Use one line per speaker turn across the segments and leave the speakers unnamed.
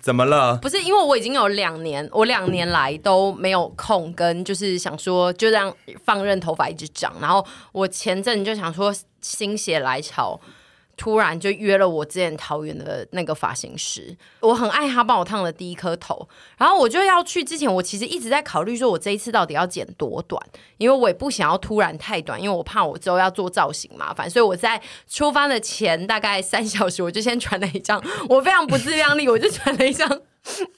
怎么了？
不是因为我已经有两年，我两年来都没有空跟，就是想说就这样放任头发一直长。然后我前阵就想说心血来潮，突然就约了我之前桃园的那个发型师，我很爱他帮我烫的第一颗头。然后我就要去之前，我其实一直在考虑说我这一次到底要剪多短，因为我也不想要突然太短，因为我怕我之后要做造型麻烦。所以我在出发的前大概三小时，我就先传了一张，我非常不自量力，我就传了一张。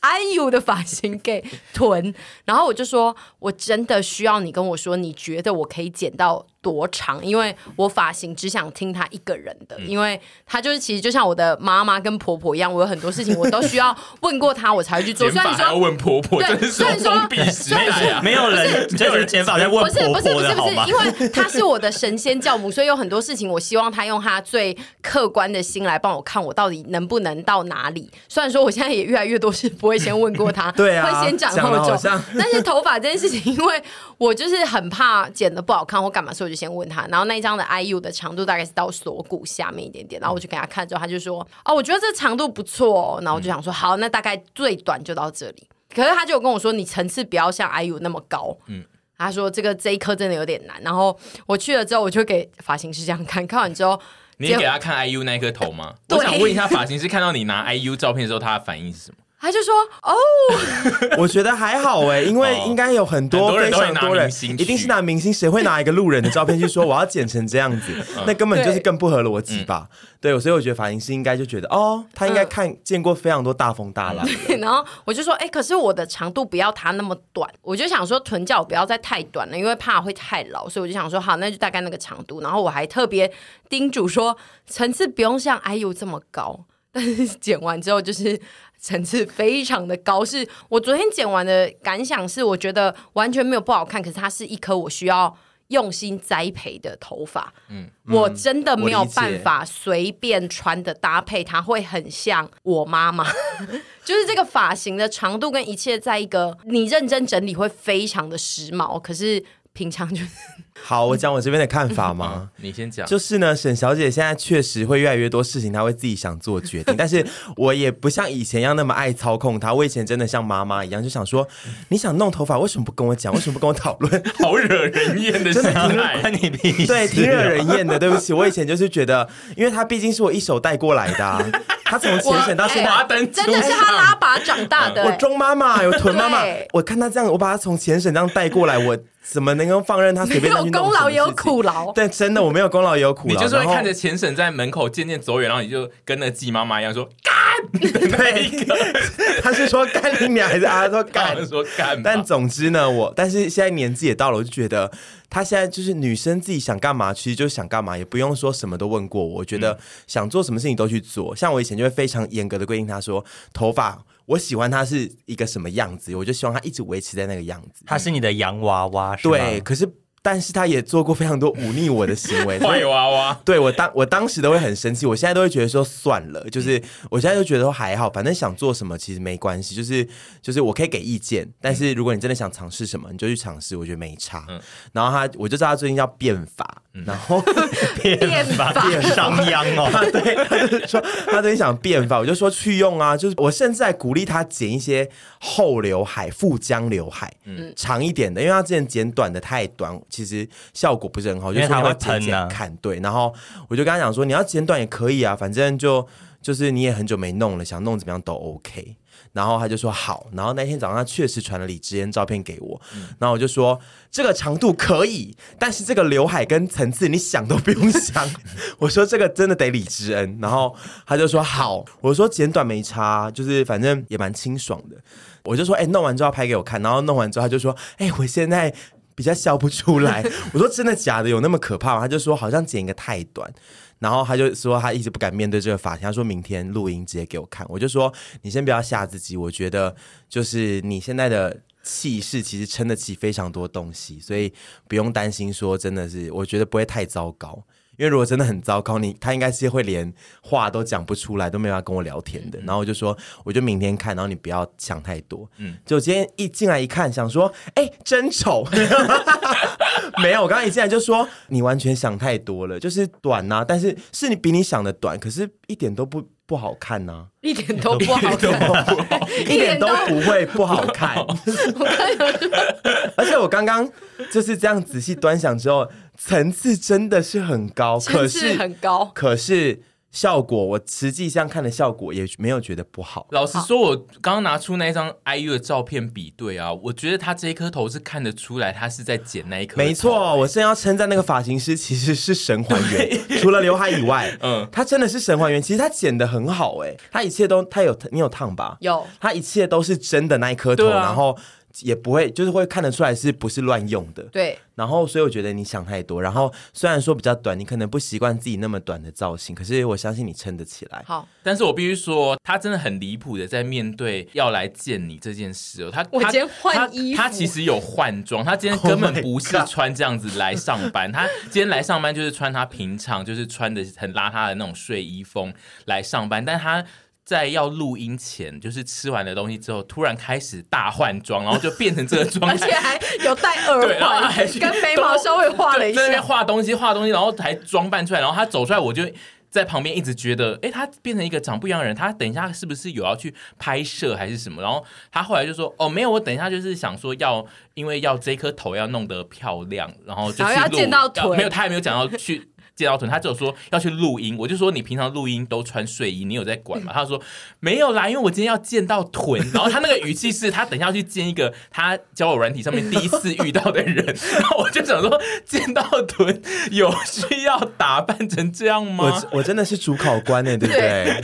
IU 的发型给臀，然后我就说，我真的需要你跟我说，你觉得我可以剪到多长？因为我发型只想听他一个人的，因为他就是其实就像我的妈妈跟婆婆一样，我有很多事情我都需要问过她，我才会去 做。虽
剪发
然
还要
说
问婆婆，
对
真的是
虽然说
封闭时代啊！
没有人
没有
就是
人
减法在问
不是
婆
不是不
婆
是
的
不
好
是
吗，？
因为她是我的神仙教母，所以有很多事情我希望她用她最客观的心来帮我看我到底能不能到哪里。虽然说我现在也越来越多是不会先问过她，
对啊
会先斩
讲
后
得好
奏
像。
但是头发这件事情，因为我就是很怕剪的不好看或干嘛，所以我就先问他。然后那一张的 IU 的长度大概是到锁骨下面一点
嗯
点，然后我就给他看之后，他就说：“哦，我觉得这长度不错哦。”然后我就想说：“好，那大概最短就到这里。”可是他就有跟我说：“你层次不要像 IU 那么高。”嗯。他说：“这个这一颗真的有点难。”然后我去了之后，我就给发型师这样看，看完之后，
你也给他看 IU 那一颗头吗？
对
我想问一下，发型师看到你拿 IU 照片的时候，他的反应是什么？
他就说：“哦，
我觉得还好哎、因为
哦
应该有很多
很多
非
人都会
常
拿
多人
明星去
一定是拿明星，谁会拿一个路人的照片去说我要剪成这样 子？
嗯
那根本就是更不合逻辑吧？对，所以我觉得发型师应该就觉得哦，他
嗯
应该看、见过非常多大风大 浪。
然后我就说，哎、可是我的长度不要它那么短，我就想说臀叫我不要再太短了，因为怕会太老，所以我就想说，好，那就大概那个长度。然后我还特别叮嘱说，层次不用像 IU 这么高， 但是剪完之后就是层次非常的高。是我昨天剪完的感想是，我觉得完全没有不好看，可是它是一颗我需要。用心栽培的头发，嗯，我真的没有
我理解
办法随便穿的搭配，它会很像我妈妈。 就是这个发型的长度跟一切，在一个你认真整理会非常的时髦，可是平常 就是
好，我讲我这边的看法吗？
你先讲。
就是呢，沈小姐现在确实会越来越多事情，她会自己想做决 定，但是我也不像以前一样那么爱操控她。我以前真的像妈妈一样，就想说，你想弄头发为什么不跟我讲？为什么不跟我讨论？
好惹人厌的心态。
关你屁事！
对，挺惹人厌的。对不起，我以前就是觉得，因为他毕竟是我一手带过来的、 啊，他从前省到现
华
在。
哎灯
哎真的是他拉拔长大的、
我装妈妈，有臀妈妈
对，
我看他这样，我把他从前省这样带过来，我怎么能够放任他随
欸没
便
有
他去弄
功
什
劳
么
也有
事情
苦劳。
对，真的我没有功劳也有
啊
苦
你
劳，
就是会
然后
看着前婶在门口渐渐走远，然后你就跟那个季妈妈一样说干，
他是说干你娘还是啊？他说
干
干
嘛。说干吧，
但总之呢，我但是现在年纪也到了，我就觉得她现在就是女生自己想干嘛，其实就想干嘛，也不用说什么都问过我。我觉得想做什么事情都去做。像我以前就会非常严格的规定她说，头发我喜欢它是一个什么样子，我就希望它一直维持在那个样子。
他是你的洋娃娃，是吗
对，，可是但是她也做过非常多忤逆我的行 为，
坏娃娃。
对我当我当时都会很生气，我现在都会觉得说算了，就是我现在就觉得说还好，反正想做什么其实没关系，就是就是我可以给意见，但是如果你真的想尝试什么，你就去尝试，我觉得没差。然后他我就知道他最近要变法，然后
变法变商鞅哦，
对，他就说他最近想变法，我就说去用啊，就是我甚至还鼓励他剪一些后刘海、富江刘海，嗯，长一点的，因为他之前剪短的太短，其实效果不是很好，
因
就
为
说
它
你要
会
剪
喷啊
剪看，对，然后我就跟他讲说，你要剪短也可以啊，反正就就是你也很久没弄了，想弄怎么样都 OK。然后他就说好，然后那天早上他确实传了李智妍照片给我，然后我就说这个长度可以，但是这个刘海跟层次你想都不用想， 我说这个真的得李智恩，然后他就说好，我说剪短没差，就是反正也蛮清爽的，我就说哎、弄完之后拍给我看，然后弄完之后他就说哎、我现在。比较笑不出来，我说真的假的，有那么可怕吗？他就说好像剪一个太短，然后他就说他一直不敢面对这个法庭，他说明天录音直接给我看。我就说你先不要吓自己，我觉得就是你现在的气势其实撑得起非常多东西，所以不用担心说真的是，我觉得不会太糟糕。因为如果真的很糟糕，你他应该是会连话都讲不出来，都没办法跟我聊天的。然后我就说，我就明天看，然后你不要想太多。嗯，就今天一进来一看，想说，哎、真丑。 没有，我刚刚一进来就说啊你完全想太多了，就是短呐、但是是你比你想的短，可是一点都不不好看呐、
一点都不好看，
一点都不会不好看。 而且我刚刚就是这样仔细端详之后，层次真的是很高，可是
层次很高。
可是效果，我实际上看的效果也没有觉得不好。
老实说，我刚刚拿出那一张 IU 的照片比对啊，我觉得他这一颗头是看得出来，他是在剪那一颗。
没，错，我正要称赞那个发型师，其实是神还原， 除了刘海以外，嗯
嗯，
他真的是神还原。其实他剪的很好、欸，哎，他一切都他有你有烫吧？
有
他一切都是真的那一颗头，
对啊
然后也不会就是会看得出来是不是乱用的。
对，
然后，所以我觉得你想太多。然后虽然说比较短，你可能不习惯自己那么短的造型，可是我相信你撑得起来。
好，
但是我必须说，他真的很离谱的在面对要来见你这件事哦。他
我
他
今天换
他
衣服
他其实有换装，他今天根
Oh my
本不是穿这样子来上班，他 今天来上班就是穿他平常就是穿的很邋遢的那种睡衣风来上班，但他。在要录音前，就是吃完的东西之后，突然开始大换装，然后就变成这个状
而
态
且，还有戴耳
嗯对然后
环
还，去
跟眉毛稍微画了一
在那边
下。
画东西，画东西，然后还装扮出来，然后他走出来，我就在旁边一直觉得，哎，他变成一个长不一样的人，他等一下是不是有要去拍摄还是什么？然后他后来就说，哦，没有，我等一下就是想说要，因为要这颗头要弄得漂亮，然后就去
然后要
录
见到
要
腿
没有，他还没有讲要去。见到腿，他只有说要去录音，我就说你平常录音都穿睡衣，你有在管吗？他说没有啦，因为我今天要见到臀，然后他那个语气是他等一下要去见一个他交友软体上面第一次遇到的人，然后我就想说见到臀有需要打扮成这样吗
我？我真的是主考官哎、对不对？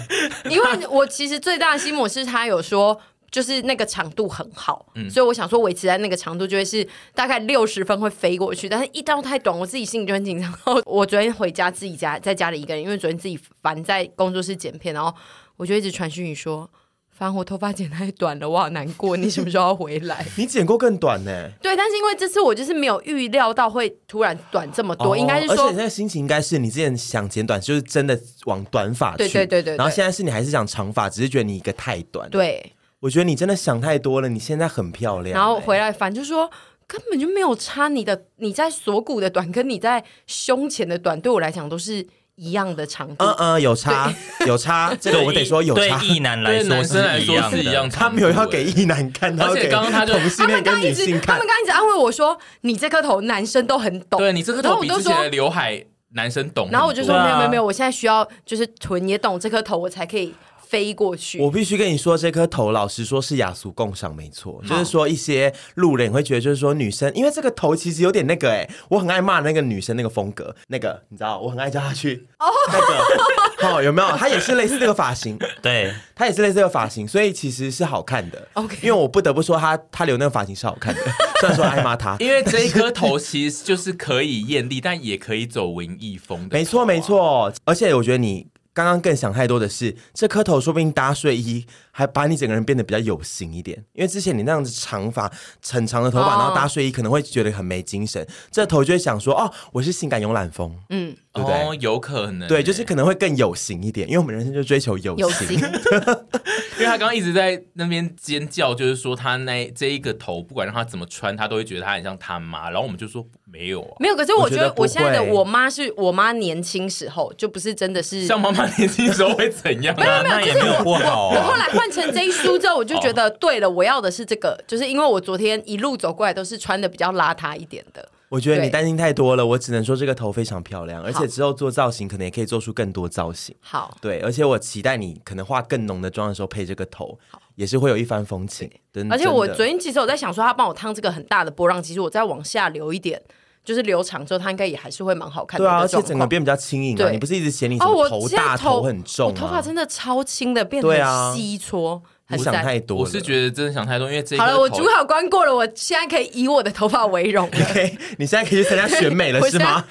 因为我其实最大的心魔是他有说。就是那个长度很好，
嗯
所以我想说维持在那个长度就会是大概六十分会飞过去，但是一到太短，我自己心里就很紧张。然后我昨天回家自己家在家里一个人，因为昨天自己烦在工作室剪片，然后我就一直传讯你说，烦我头发剪太短了，我好难过，你什么时候要回来？
你剪过更短哎呢、
对，但是因为这次我就是没有预料到会突然短这么多，
哦
应该是
而且
说
你那个心情应该是你之前想剪短，就是真的往短发去，
对对对对对
然后现在是你还是想长发，只是觉得你一个太短。，
对，
我觉得你真的想太多了，你现在很漂亮、
然后回来反正就说根本就没有差，你的你在锁骨的短跟你在胸前的短对我来讲都是一样的长度。
嗯嗯，有 差有差，这个我得说有
对
差。
异男来
对
说
男生来
是一
说
样
是一
的，
样长度
他没
的，
有要给异男看，他要
而且
给
刚刚他就
同性
他们
恋跟
刚刚一
女
直
性，
他
看
们。刚一直安慰我说：“你这颗头男生都很懂。”
对你这颗头比
然后我
之
就说
前的刘海男生懂很多，
然后我就说：“
对啊
没有没有没有，我现在需要就是臀也懂这颗头，我才可以飞过去。”
我必须跟你说，这颗头老实说是雅俗共赏，没错。就是说一些路人会觉得，就是说女生，因为这个头其实有点那个哎、我很爱骂那个女生那个风格，那个你知道，我很爱叫她去那个，哦，有没有？她也是类似这个发型，
对，
她也是类似这个发型，所以其实是好看的。
OK
因为我不得不说她，她留那个发型是好看的， 虽然说爱骂她。
因为这一颗头其实就是可以艳丽，但也可以走文艺风
啊
的、
没错，没。错。而且我觉得你刚刚更想太多的是，这颗头说不定搭睡衣还把你整个人变得比较有型一点。因为之前你那样子长发、很长的头发，
哦
然后搭睡衣，可能会觉得很没精神。这头就会想说，哦，我是性感慵懒风，嗯，对不对？
哦，有可能欸，
对，就是可能会更有型一点，因为我们人生就追求有型。
有型，
因为他刚刚一直在那边尖叫，就是说他那这一个头，不管让他怎么穿，他都会觉得他很像他妈。然后我们就说没有啊，
没有。可是我觉得
我觉得不会
我现在的我妈是我妈年轻时候，就不是真的是
像妈妈年轻的时候会怎样、啊？
那也没有不好
哦
我后
啊。
来换成这一梳之后，我就觉得对了，我要的是这个，就是因为我昨天一路走过来都是穿的比较邋遢一点的。
我觉得你
对
担心太多了，我只能说这个头非常漂亮，而且之后做造型可能也可以做出更多造型。
好，
对，而且我期待你可能化更浓的妆的时候配这个头，也是会有一番风情。真的
而且我
嗯真的
昨天其实我在想说，他帮我烫这个很大的波浪，其实我再往下留一点，就是留长之后，它应该也还是会蛮好看的
对啊，
一
而
个
且
状
整
况。
个变比较轻盈啊。
对
你不是一直嫌你什
哦，
么
我
头
现在
大
头
很重
我头发
吗？
真的超轻的，变
对啊
得稀撮，
你
很
想
赞。
太多了。
我是觉得真的想太多，因为这一颗
好
头
了，我主考官过了，我现在可以以我的头发为 荣了。
OK，你现在可以去参加选美了
我
是吗？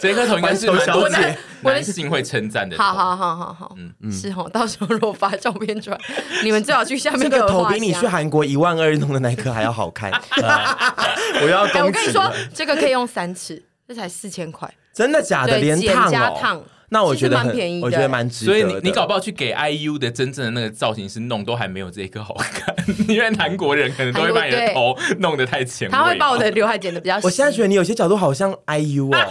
这一颗头应该是 蛮
我
多
的
男
我的
男性会称赞的。
好，好好好好，
嗯
是哦，到时候如果发照片出来，你们最好去下
这
面给
个
我
头
画
比你
一下
去韩国一万二弄的那一颗还要好 看。啊我又要
哎，我
攻
跟你
击
说
了，，
这个可以用三次，这才四千块，
真的假的？
对
连
剪
烫
加
哦
烫
那我
其
觉
实
得
蛮
很
便宜
我
的
觉得蛮值得
所
的。
以你你搞不好去给 IU 的真正的那个造型师弄，都还没有这一颗好看，因为韩国人可能都会把你的
韩
头弄得太前卫。
他会把我的刘海剪得比较细。
我现在觉得你有些角度好像 IU 哦，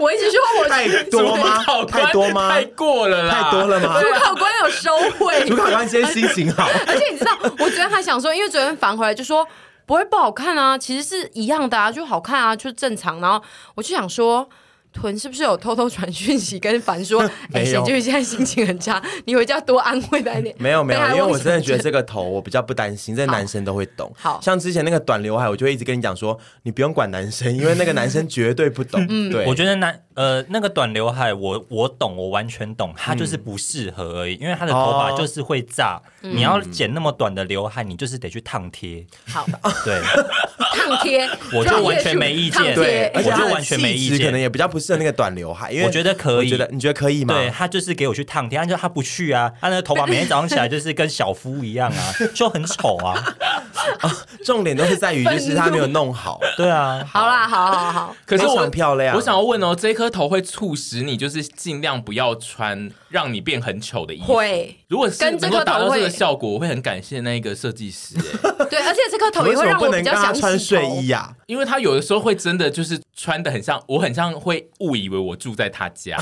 我一直说我
太多吗
主考？官
太多吗
太？过了啦，
太多了吗？
主考官有收回，
主考官今天心情好，
而且你知道，我昨天还想说，因为昨天返回来就说不会不好看啊，其实是一样的啊，就好看啊，就正常。然后我就想说。屯是不是有偷偷传讯息跟凡 说，哎、
没
沈
有
俊宇现在心情很差，你回家多安慰他一点。
没有没有
被，他
因为我
妄想
真的觉得
症
这个头我比较不担心，这男生都会懂。
好好
像之前那个短刘海，我就会一直跟你讲说，你不用管男生，因为那个男 生绝对不懂。
嗯
对，
我觉得男呃那个短刘海我我懂，我完全懂，他就是不适合而已，因为他的头发
哦
就是会炸。
嗯
你要剪那么短的刘海，你就是得去烫贴。
好
对，
烫贴，
我就
专业
完全
术语
没意
烫
见
贴
对，而且
我就
他的
完全没意
气质
见
可能也比较不适合那个短刘海，因为
我觉得可以
我觉得你觉得可以吗？
对他就是给我去烫贴，但是他不去啊，他那个头发每天早上起来就是跟小夫一样啊，就很丑啊。
重点都是 在于就是他没有弄好，
对啊，
好啦，好 好好，
可是
非
我
常漂亮
我想要问哦，这颗头会促使你就是尽量不要穿让你变很丑的衣服。
会
如果是
跟这
能
颗
够达
头
到这
会
个效果，我会很感谢那一个设计师，哎
对，而且这颗头也
为
会
什么
让
不
我
能
比较
跟他
想
穿
洗
睡
头
衣啊呀、
因为他有的时候会真的就是穿的很像，我很像会误以为我住在他 家，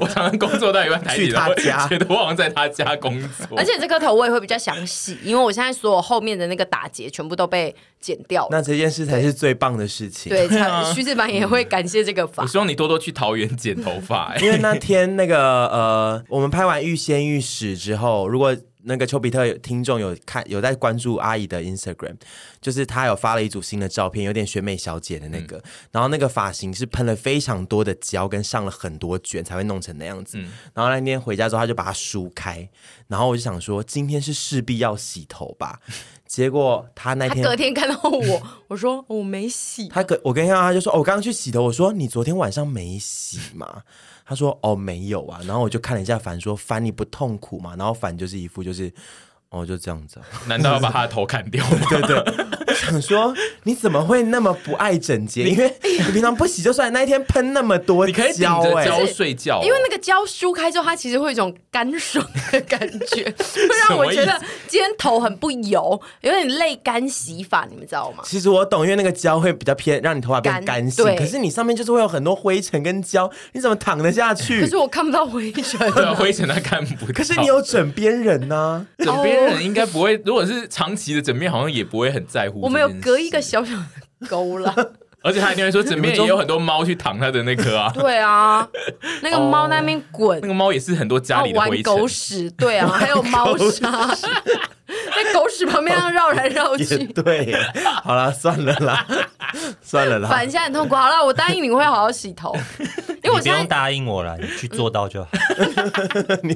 我常常工作到一半抬起
去
头
他
会
家
觉得我好像在他家工
哦
作，
而且这颗头我也会比较想洗，因为我现在所有后面的那个打结全部都被剪掉了。
那这件事才是最棒的事情。
对，才徐志凡也会感谢这个法
我。希望你多多去桃园剪头发， 哎
因为那天那个呃，我们拍完《欲仙欲死》之后，如果那个丘比特有听众有看有在关注阿姨的 Instagram，就是她有发了一组新的照片，有点选美小姐的那个，然后那个发型是喷了非常多的胶，跟上了很多卷才会弄成那样子。然后那天回家之后，她就把它梳开，然后我就想说，今天是势必要洗头吧。结果她那
他
天啊
隔天看到我，我说哦我没洗，
他跟我跟他他就说，哦，我刚刚去洗头。我说你昨天晚上没洗吗？ 他说哦没有啊。然后我就看了一下凡说，凡你不痛苦吗？然后凡就是一副就是哦就这样子啊、
难道要把他的头砍掉吗？
对对，我想说你怎么会那么不爱整洁？因为你平常不洗就算，那一天喷那么多
你可以顶
胶
着
哎、
胶睡觉，啊
因为那个胶梳开之后，它其实会有一种干爽的感 觉，会让我觉
什
得今天头很不油，有点类干洗法，你们知道吗？
其实我懂，因为那个胶会比较偏让你头发变
干
干性，
对
可是你上面就是会有很多灰尘跟胶，你怎么躺得下
可
去
是？我看不到 灰尘，
对啊灰尘他看不到，
可是你有枕边人啊呐、
枕边
哦
人应该不会，如果是长期的枕边，好像也不会很在乎。
我们有隔一个，小小的沟啦。
而且他一定 会说枕边也有很多猫去躺他的那颗啊，
对啊，那个猫在那边滚
那，个猫也是很多
然
家
后
里的
玩
灰尘。
狗屎，对啊，还有猫砂，在狗屎旁边这样绕来绕
也
去。
对，好了，算了啦，算了啦。
反正现在很痛苦，好了，我答应你会好好洗头，因为我
你不
现
用
在
答应我了， 你去做到就好。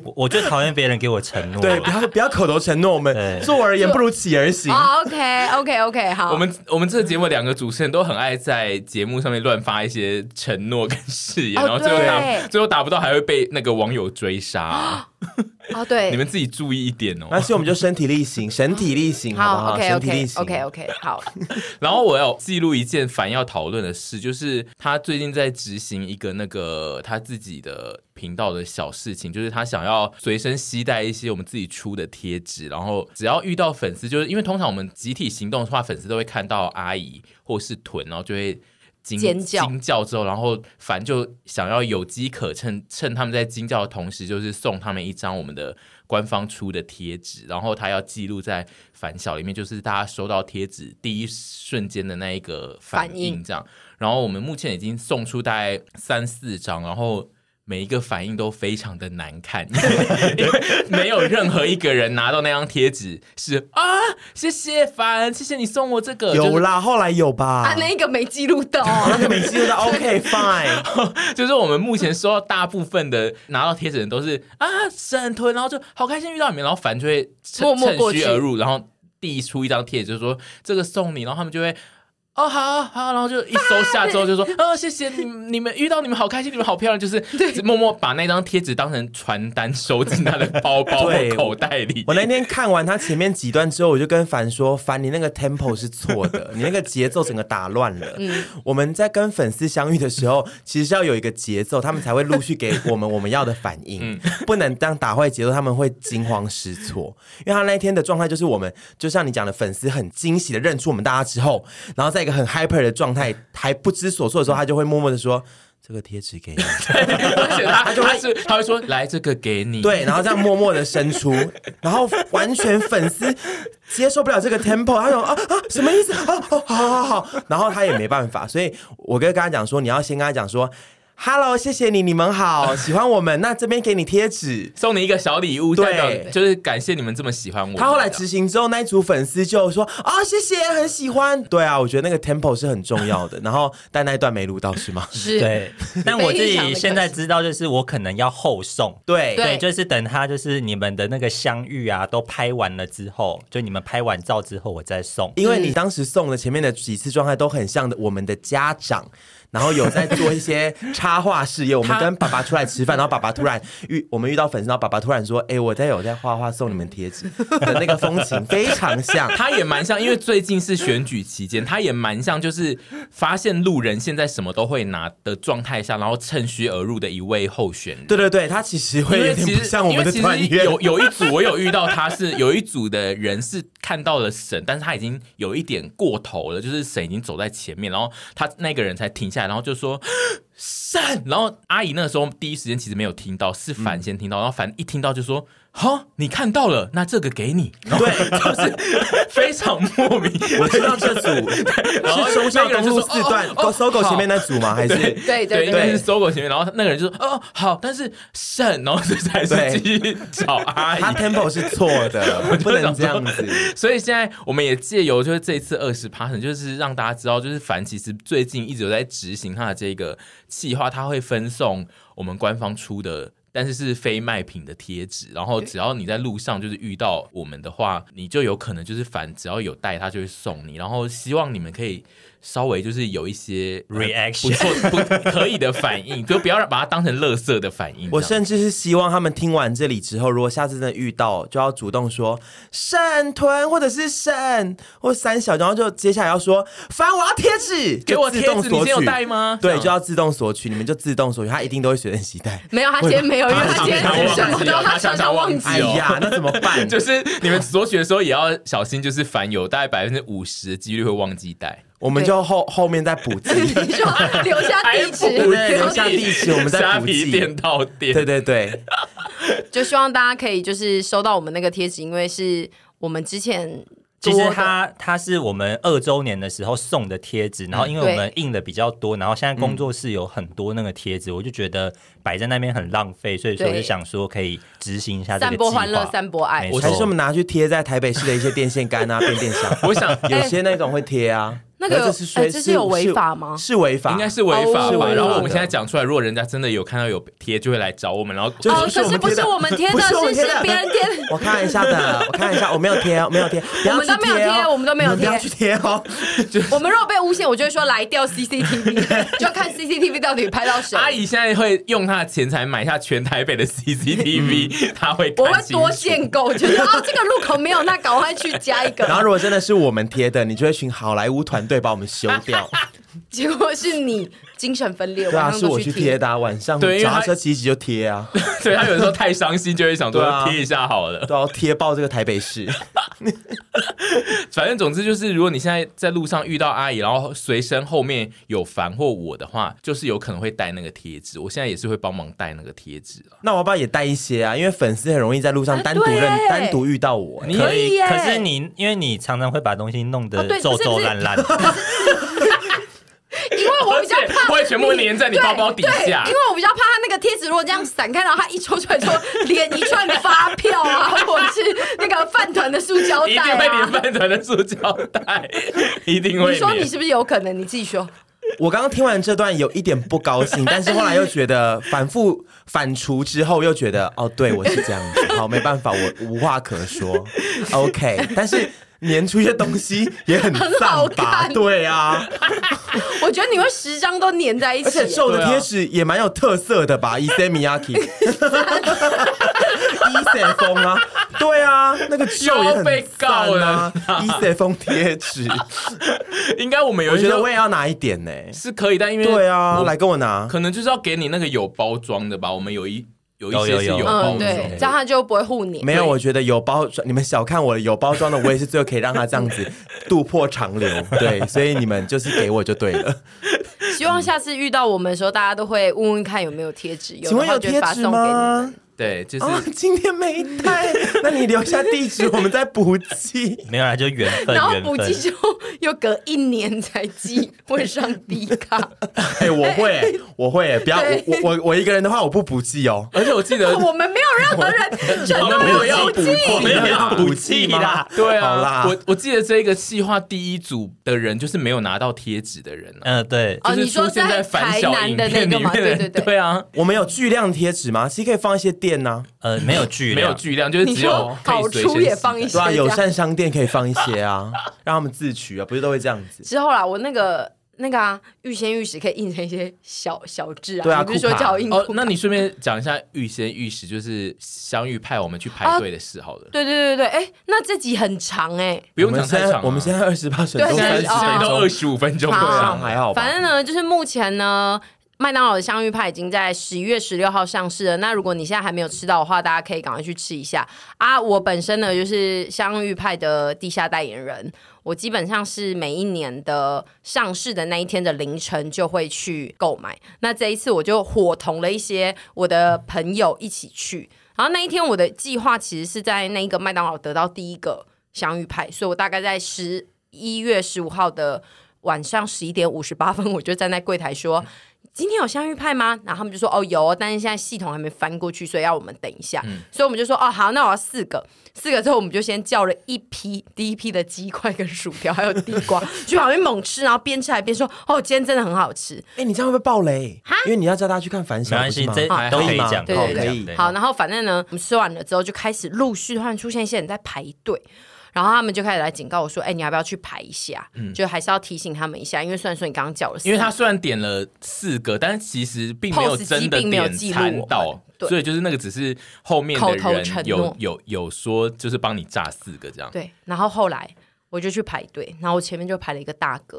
我我最讨厌别人给我承诺
对，不
了。
要不要口头承诺，我们
对
坐而言不如起而行。
啊，OK OK OK，好，
我们我们这个节目两个主持人都很爱在节目上面乱发一些承诺跟誓言，
哦
然后最后达
对
最后达不到还会被那个网友追杀。
哦 对，
你们自己注意一点哦。
那所以我们就身体力行，身体力行，好不
好
好？
OK
身体
OK
力行。
OK OK 好，
然后我要记录一件凡要讨论的事，就是他最近在执行一个那个他自己的频道的小事情，就是他想要随身携带一些我们自己出的贴纸，然后只要遇到粉丝，就是因为通常我们集体行动的话，粉丝都会看到阿姨或是臀，然后就会。惊
尖叫
惊叫之后，然后凡就想要有机可乘，趁他们在惊叫的同时，就是送他们一张我们的官方出的贴纸，然后他要记录在反小里面，就是大家收到贴纸第一瞬间的那一个反
反
应
应
这样。然后我们目前已经送出大概三四张，然后。每一个反应都非常的难看，因 为因为没有任何一个人拿到那张贴纸是啊，谢谢凡，谢谢你送我这个，就是
有啦，后来有吧
啊？那个没记录到
那
哦，
个每次都在 OK fine，
就是我们目前收到大部分的拿到贴纸的人都是啊沈屯，然后就好开心遇到你们，然后反正就会趁
默默过
趁
去
虚而入，然后递出一张贴纸，就是说这个送你，然后他们就会。哦，好好，然后就一收下之后就说，哦，谢谢你们，你们遇到你们好开心，你们好漂亮，就是默默把那张贴纸当成传单收进他的包包或
对
口袋里。
我那天看完他前面几段之后，我就跟凡说：“凡，你那个 tempo 是错的，你那个节奏整个打乱了。我们在跟粉丝相遇的时候，其实是要有一个节奏，他们才会陆续给我们我们要的反应，不能当打坏节奏，他们会惊慌失措。因为他那天的状态就是我们，就像你讲的，粉丝很惊喜的认出我们大家之后，然后在一个很 hyper 的状态还不知所措的时候，他就会默默的说。这个贴纸给你，
而且他他就会是他会说来这个给你，
对，然后这样默默的伸出，然后完全粉丝接受不了这个 tempo，他说啊啊什么意思？啊哦好好好好，然后他也没办法，所以我跟跟他讲说，你要先跟他讲说。Hello，谢谢你，你们好，喜欢我们，那这边给你贴纸。
送你一个小礼物，
对
代表就是感谢你们这么喜欢我。
他后来
这样
执行之后，那一组粉丝就说啊、谢谢，很喜欢。对啊，我觉得那个 tempo 是很重要的。然后但那一段没录到是吗？
是，
对， 但我自
非常的
己
可惜
现在知道，就是我可能要后送。
对
对
对，就是等他，就是你们的那个相遇啊，都拍完了之后，就你们拍完照之后，我再送。
因为你当时送的前面的几次状态都很像的我们的家长，然后有在做一些插画事业。我们跟爸爸出来吃饭，然后爸爸突然遇我们遇到粉丝，然后爸爸突然说：“哎、我在有在画画，送你们贴纸。”的那个风情非常像。
他也蛮像，因为最近是选举期间，他也蛮像，就是发现路人现在什么都会拿的状态下，然后趁虚而入的一位候选人。
对对对，他其实会
因
有
为
点
其
不
实，
像我
因为
们的
其
团
实
员。
有 有一组我有遇到，他是有一组的人是看到了沈，但是他已经有一点过头了，就是沈已经走在前面，然后他那个人才停下来，然后就说。沈，然后阿姨那个时候第一时间其实没有听到，是
嗯
凡先听到，然后凡一听到就说：“哈，你看到了，那这个给你。”
对，
就是非常莫名。
我知道这组
然后
是中校东路四段
那个人就说哦哦哦
搜狗前面那组吗？还是
对
对对
对，应该
对
是搜狗前面，然后那个人就说：“哦，好，但是肾，然后这才
对
是继续找阿
他
姨。
tempo 是错的，不能这样子。
所以现在我们也借由就是这一次二十 part，就是让大家知道，就是凡其实最近一直有在执行他的这个计划，他会分送我们官方出的。但是是非卖品的贴纸，然后只要你在路上就是遇到我们的话，你就有可能就是凡只要有带他就会送你，然后希望你们可以稍微就是有一些
Reaction
不错不可以的反应，就不要让把它当成垃圾的反应。
我
这样
甚至是希望他们听完这里之后，如果下次真的遇到，就要主动说沈屯或者是沈或三小，然后就接下来要说凡我要贴纸，
给我
就
贴
自动
纸，你
索
今天有
取。
带吗？这
对，
样
就要自动索取，你们就自动索取，他一定都会随身携 带。
没有，他今天没有，因为他今天什么都他常常忘记
哎。呀，那怎么办？
哦 就是你们索取的时候也要小心，就是凡有大概百分之五十的几率会忘记带。
我们就后后面再补 寄。
你说留下地址，
哎
对对留下地址我们再
虾
补
皮
寄
店到店。
对对对，
就希望大家可以就是收到我们那个贴纸，因为是我们之前
其
多
实
的
他他是我们二周年的时候送的贴
嗯
纸，然后因为我们印的比较多，然后现在工作室有很多那个贴纸，我就觉得摆在那边很浪费，所以说我
对
就想说可以执行一下这个
散
计
播
划。
欢乐，散播爱
没。
我
错
还是我们拿去贴在台北市的一些电线杆啊、变电箱，
我想
有些那种会贴啊。
那个有
可是是
哎这是有违法吗
是违法，
应该是违法
哦是违
吧。
法
然后我们现在讲出来，如果人家真的有看到有贴，就会来找我们，然后
就
哦，可
是
是不是我们贴
不
的，
是我
是
们贴的
是别人贴的。
我看一下 的，我看一下，我没有贴，我哦没有贴，不要
我们都
去
没有
哦
贴我们都没有
你不要
贴
去贴哦。
我们如果被诬陷，我就会说来调 CCTV，就要看 CCTV 到底拍到谁。
阿姨现在会用她的钱财买下全台北的 CCTV，她 会
我
看
会
清
多
楚
建构，就是哦，这个路口没有，那赶快去加一
然后
个。
如果真的是我们贴的，你就会请好莱坞团队把我们修 掉。
结果是你精神分裂，
对啊，
晚上
是
都
我去贴
贴。
的啊，晚上
对因为
脚
他
踏车骑一骑就贴啊，
所以她有时候太伤心，就会想
对啊
说贴一下好了。
都要贴爆这个台北市。
反正总之就是，如果你现在在路上遇到阿姨，然后随身后面有凡或我的话，就是有可能会带那个贴纸。我现在也是会帮忙带那个贴纸了。
那我要不要也带一些啊？因为粉丝很容易在路上
啊
单独认、
对耶
单独遇到我。
可
可以耶
可是你因为你常常会把东西弄
哦对
得
不是
皱
不是
皱烂烂，
因为我比较怕，
我也全部粘在你包包底
对，
下
因。为我比较怕它那个贴纸，如果这样散开，然后它一抽出来之 后，连一串发票啊，或者是那个饭团的塑 胶
一定
袋
会连
啊。
饭团的塑胶 袋，一定会
你说你
连。
是不是有可能？你自己说。
我刚刚听完这段有一点不高兴，但是后来又觉得反复反刍之后又觉得哦，对我是这样子，好没办法，我无话可 说。OK，但是粘出一些东西也很丧
好
吧？
看
对啊，
我觉得你会十张都粘在一
而
起
且，皱的
对啊
贴纸也蛮有特色的吧？伊森米亚 基，伊森风啊，对啊，那个皱也
又被
很
告
散啊
了，
伊森风贴纸，
应 该我们有
我
一
觉
些
得我也要拿一点呢、
是可以，但因为
对啊，
我
来跟我拿。
可能就是要给你那个有包装的吧。我们有一有一
有
些
有
是
有
包装
嗯，
的，
对，这样它就不会互粘。
没有，我觉得有包装，你们小看我有包装的，我也是最后 可以让他这样子渡破长流。对，所以你们就是给我就对了。
希望下次遇到我们的时候，大家都会问问看有没有贴纸，有
请
的
问
话
有
就
贴
会发
纸
送给你们。
吗？
对，就是
哦
啊，今天没带，那你留下地址，我们再补寄。
没有啦，就缘分，
然后
缘
补
分
寄。就又隔一年才寄，会上 D 卡。
哎，我会，我会，不要
对
我我我一个人的话，我不补寄哦。
而且我记得
我们没有任何人承
我们
诺
没有要
寄
补
我
没有要
补寄啦
吗？
对啊，
好啦，
我我记得这个计划第一组的人就是没有拿到贴纸的人啊，
嗯、对，
哦
就是
你说
出现
在
反
台
小
南
影
的那
片
个
里面
吗
的
对
人
对对
对啊，
我们有巨量贴纸吗？其实可以放一些店呐，
呃，没有距离，
没有巨量，就是
你
只有
说
可以
好
随身
处
携
也
带
放一些
对吧？
这
友
样
善商店可以放一些啊，让他们自取啊，不是都会这样子？
之后啦，我那个那个啊，欲仙玉食可以印成一些小小字啊，
对啊
你不是说
酷卡
叫我 印
哦
酷，
那你顺便讲一下预先预时，就是相遇派我们去排
啊
队的事好了，
对对对对，哎，那这集很长哎、
不用
我们
讲太
现在
长啊，
我们现在二十八省都
对现
三十
在哦
分
现在
都
钟
二，十五分钟啊
好
了。
上还好吧？
反正呢，就是目前呢。麦当劳的香芋派已经在十一月十六号上市了。那如果你现在还没有吃到的话，大家可以赶快去吃一下啊！我本身呢就是香芋派的地下代言人，我基本上是每一年的上市的那一天的凌晨就会去购买。那这一次我就伙同了一些我的朋友一起去，然后那一天我的计划其实是在那一个麦当劳得到第一个香芋派，所以我大概在十一月十五号的晚上十一点五十八分，我就站在柜台说。今天有香芋派吗？然后他们就说哦有哦，但是现在系统还没翻过去，所以要我们等一下。所以我们就说哦好，那我要四个，四个之后我们就先叫了一批，第一批的鸡块跟薯条还有地瓜，去旁边猛吃，然后边吃还边说哦今天真的很好吃。
哎，你这样会不会爆雷？因为你要叫大家去看反
没
响，
关系，
不
这
是吗
好哦
都可
可
以
以吗
讲，
对
都
对
哦可以
对
讲对
好，然后反正呢，我们吃完了之后就开始陆续突然出现一些人在排队，然后他们就开始来警告我说：“哎、你要不要去排一下？”就还是要提醒他们一下，因为虽然说你刚刚叫了四个，
因为他虽然点了四个，但其实并没有
POS 机
真的
并没有
点
记录
餐
我
到
们，对
所以就是那个只是后面的
口头
人
承
有
诺
有有说就是帮你炸四个这样。
对，然后后来我就去排队，然后我前面就排了一个大哥，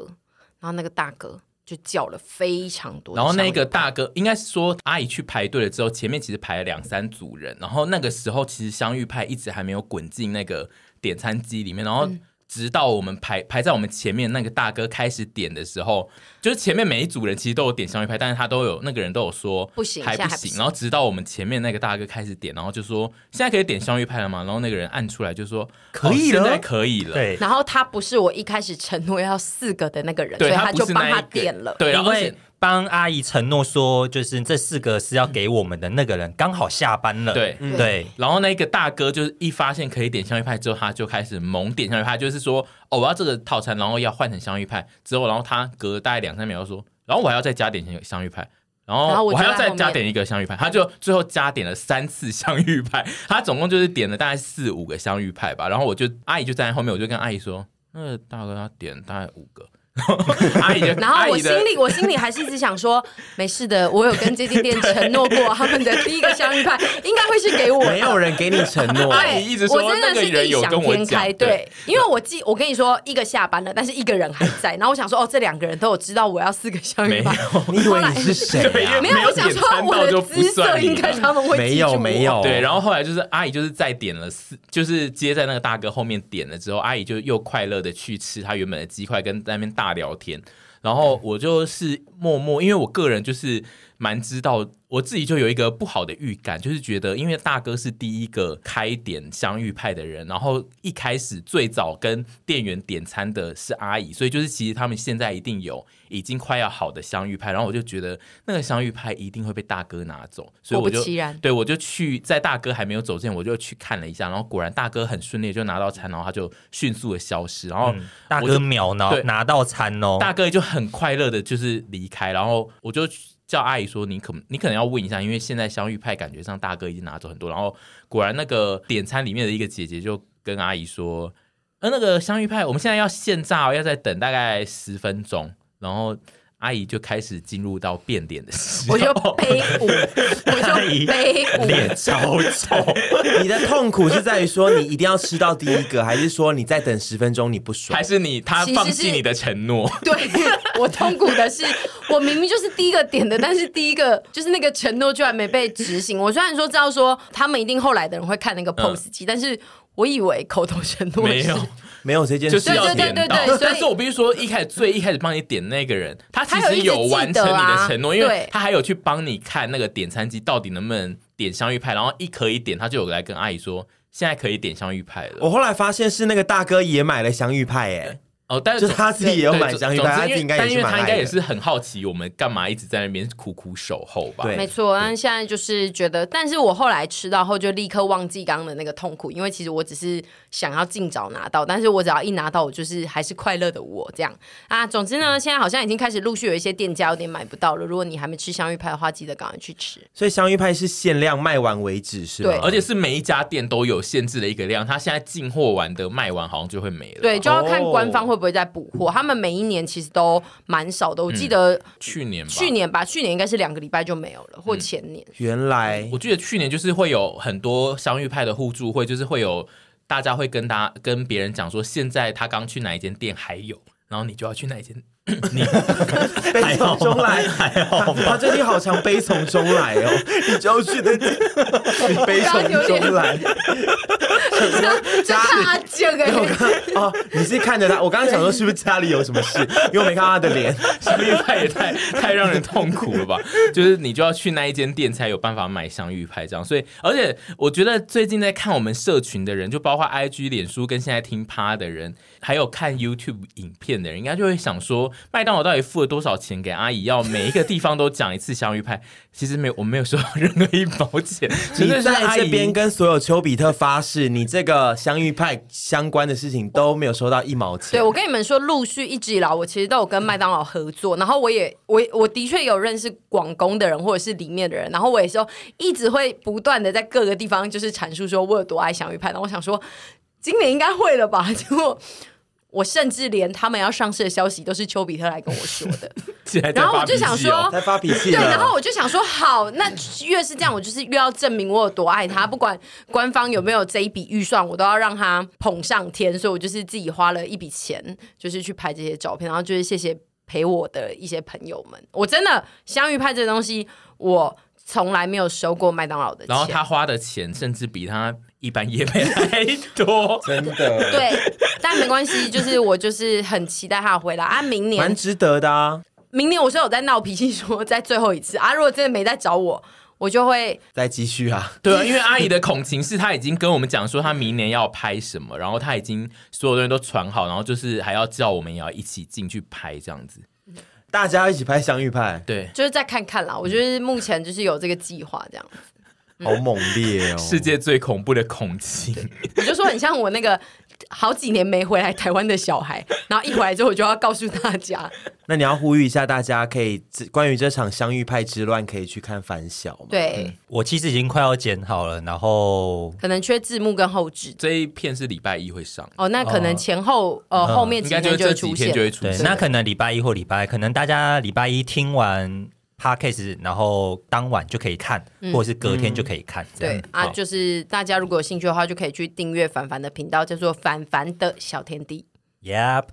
然后那个大哥就叫了非常多的
然后
香芋片，
那个大哥，应该是说阿姨去排队了之后，前面其实排了两三组人，然后那个时候其实香芋派一直还没有滚进那个点餐机里面，
嗯
然后直到我们排排在我们前面那个大哥开始点的时候，就是前面每一组人其实都有点香芋派，但是他都有那个人都有说
不行
还
现在
不
还不
行，
行
然后直到我们前面那个大哥开始点，然后就说现在可以点香芋派了吗？然后那个人按出来就说
可以了
哦现在可以了，
对，
然后他不是我一开始承诺要四个的那个人，所
对，
以他
不
就是帮
那一
他
个
点了。
对，
因
而且
为帮阿姨承诺说，就是这四个是要给我们的那个人刚好下班了，
对
嗯
对，
然后那个大哥就是一发现可以点香芋派之后，他就开始猛点香芋派，他就是说哦，我要这个套餐，然后要换成香芋派。之后，然后他隔大概两三秒就说，然后我还要再加点香芋派，然
然
后
后我
我
就
还要
在
再
后
加
面
点一个香芋派，他就最后加点了三次香芋派，他总共就是点了大概四五个香芋派吧。然后我就阿姨就站在后面，我就跟阿姨说，那个大哥他点大概五个，阿姨就
然后我心
阿姨的
里，我心里还是一直想说，没事的，我有跟这间 店承诺过，他们的第一个香芋派应该会是给我的。
没有人给你承诺。
阿姨一直说
我真的
那
是
个人
异
有
想
跟我
天开，
讲对
对，因为我记，我跟你说，一个下班了，但是一个人还在，然后我想说，哦，这两个人都有知道我要四个香芋派，
你以为你是谁啊
没有，
没有
我想
点
说
餐
我
到就
的
不
姿色
算你
应该
了
他们会
没
记
有
住
没
我
有
对，然后后来就是阿姨就是再点了四，就是接在那个大哥后面点了之后，阿姨就又快乐的去吃她原本的鸡块，跟在那边大聊天。然后我就是默默，因为我个人就是蛮知道，我自己就有一个不好的预感，就是觉得因为大哥是第一个开点香芋派的人，然后一开始最早跟店员点餐的是阿姨，所以就是其实他们现在一定有已经快要好的香芋派，然后我就觉得那个香芋派一定会被大哥拿走，所以
果不
我就
其然
对，我就去在大哥还没有走之前，我就去看了一下，然后果然大哥很顺利地就拿到餐，然后他就迅速的消失，然后
嗯大
我就
哥秒拿
对
拿到餐哦，
大哥就很快乐的就是离开，然后我就叫阿姨说你可你可能要问一下，因为现在香芋派感觉上大哥已经拿走很多，然后果然那个点餐里面的一个姐姐就跟阿姨说，呃那个香芋派我们现在要现炸、哦，要再等大概十分钟，然后阿姨就开始进入到变脸的 时候，
我就背 舞，我就背舞。
脸超丑，
你的痛苦是在于说你一定要吃到第一个，还是说你再等十分钟你不爽
还？是你他
其实
放
是
弃你的承诺。
对我痛苦的是，我明明就是第一个点的，但是第一个就是那个承诺居然没被执行。我虽然说知道说他们一定后来的人会看那个 POS 机，但是我以为口头承诺
嗯没
是
有，
没有这件事
就
情，
是要
对对
点到
对对对。所以
但是我必须说，一开始最一开始帮你点那个人，他其
他有
实
一直
有完成你
记得
的
啊
承诺，因为
对
他还有去帮你看那个点餐机到底能不能点香芋派，然后一可以点，他就有来跟阿姨说。现在可以点香芋派了
我后来发现是那个大哥也买了香芋派、哎，
哦，但
就是是他自己也有
对
买
总
香芋
总
派，
之
他
因
自
为
己应该
但
也
因
是
为
蛮
他应
爱
该
的
也是很好奇我们干嘛一直在那边苦苦守候吧？
对
没错，但现在就是觉得，但是我后来吃到后就立刻忘记刚刚的那个痛苦，因为其实我只是想要尽早拿到，但是我只要一拿到，我就是还是快乐的我这样啊。总之呢，现在好像已经开始陆续有一些店家有点买不到了。如果你还没吃香芋派的话，记得赶快去吃。
所以香芋派是限量卖完为止，是吗？
对
而且是每一家店都有限制的一个量，他现在进货完的卖完好像就会没了。
对，就要看
哦
官方会不会再补货。他们每一年其实都蛮少的，我记得
去年吧，
去年吧，去年应该是两个礼拜就没有了，或前年。
原来
我记得去年就是会有很多香芋派的互助会，就是会有大家会跟大跟别人讲说，现在他刚去哪一间店还有，然后你就要去那一间。
悲从中来，他最近好常悲从中来哦，你就要去的地，你悲从中来。
这大这个
哦，你是看着他，我刚刚想说是不是家里有什么 事，因为我没看到他的脸。
香芋派也太太让人痛苦了吧？ 就是你就要去那一间店才有办法买香芋派这样。所以，而且我觉得最近在看我们社群的人，就包括 IG、脸书跟现在听趴的人，还有看 YouTube 影片的人，应该就会想说，麦当劳到底付了多少钱给阿姨，要每一个地方都讲一次香芋派？其实没有，我没有收到任何一毛钱，
你
真的是阿
在这
姨
边跟所有丘比特发誓，你这个香芋派相关的事情都没有收到一毛钱。
对，我跟你们说，陆续一直以来，我其实都有跟麦当劳合作，然后我也我我的确有认识广工的人或者是里面的人，然后我也说一直会不断的在各个地方就是阐述说我有多爱香芋派，然后我想说今年应该会了吧，结果。我甚至连他们要上市的消息都是丘比特来跟我说的，
起来在
然后
发
我就
脾气
想
哦
说，
在发脾气
对，然后
了。。
我就想说，好，那越是这样，我就是越要证明我有多爱他，不管官方有没有这一笔预算，我都要让他捧上天。所以我就是自己花了一笔钱，就是去拍这些照片，然后就是谢谢陪我的一些朋友们。我真的香芋派这东西，我从来没有收过麦当劳的钱。
然后他花的钱甚至比他一般夜配还多
真的，
对，但没关系，就是我就是很期待他的回来啊！明年
蛮值得的啊！
明年我是有在闹脾气，说在最后一次啊，如果真的没再找我，我就会
再继续啊！
对啊，因为阿姨的孔晴是她已经跟我们讲说她明年要拍什么，然后她已经所有东西都传好，然后就是还要叫我们也要一起进去拍这样子。
大家一起拍香芋派，
对，
就是再看看
嗯
啦。我觉得目前就是有这个计划，这样嗯
好猛烈哦！
世界最恐怖的孔晴，
我就说很像我那个好几年没回来台湾的小孩，然后一回来之后我就要告诉大家，
嗯
那你要呼吁一下大家，可以自关于这场相遇派之乱，可以去看《反小》嘛？，
对，
我其实已经快要剪好了，然后
可能缺字幕跟后置
这一片是礼拜一会上，
哦，那可能前后呃后面
哦应
几
该就是
天就
这
会
几
出
天就
现。
会出
对，
现。
那可能礼拜一或礼拜，可能大家礼拜一听完 podcast，然后当晚就可以看，或者是隔天就可以看。这样
对啊，
好
就是大家如果有兴趣的话，就可以去订阅凡凡的频道，叫做凡凡的小天地。
，Yep。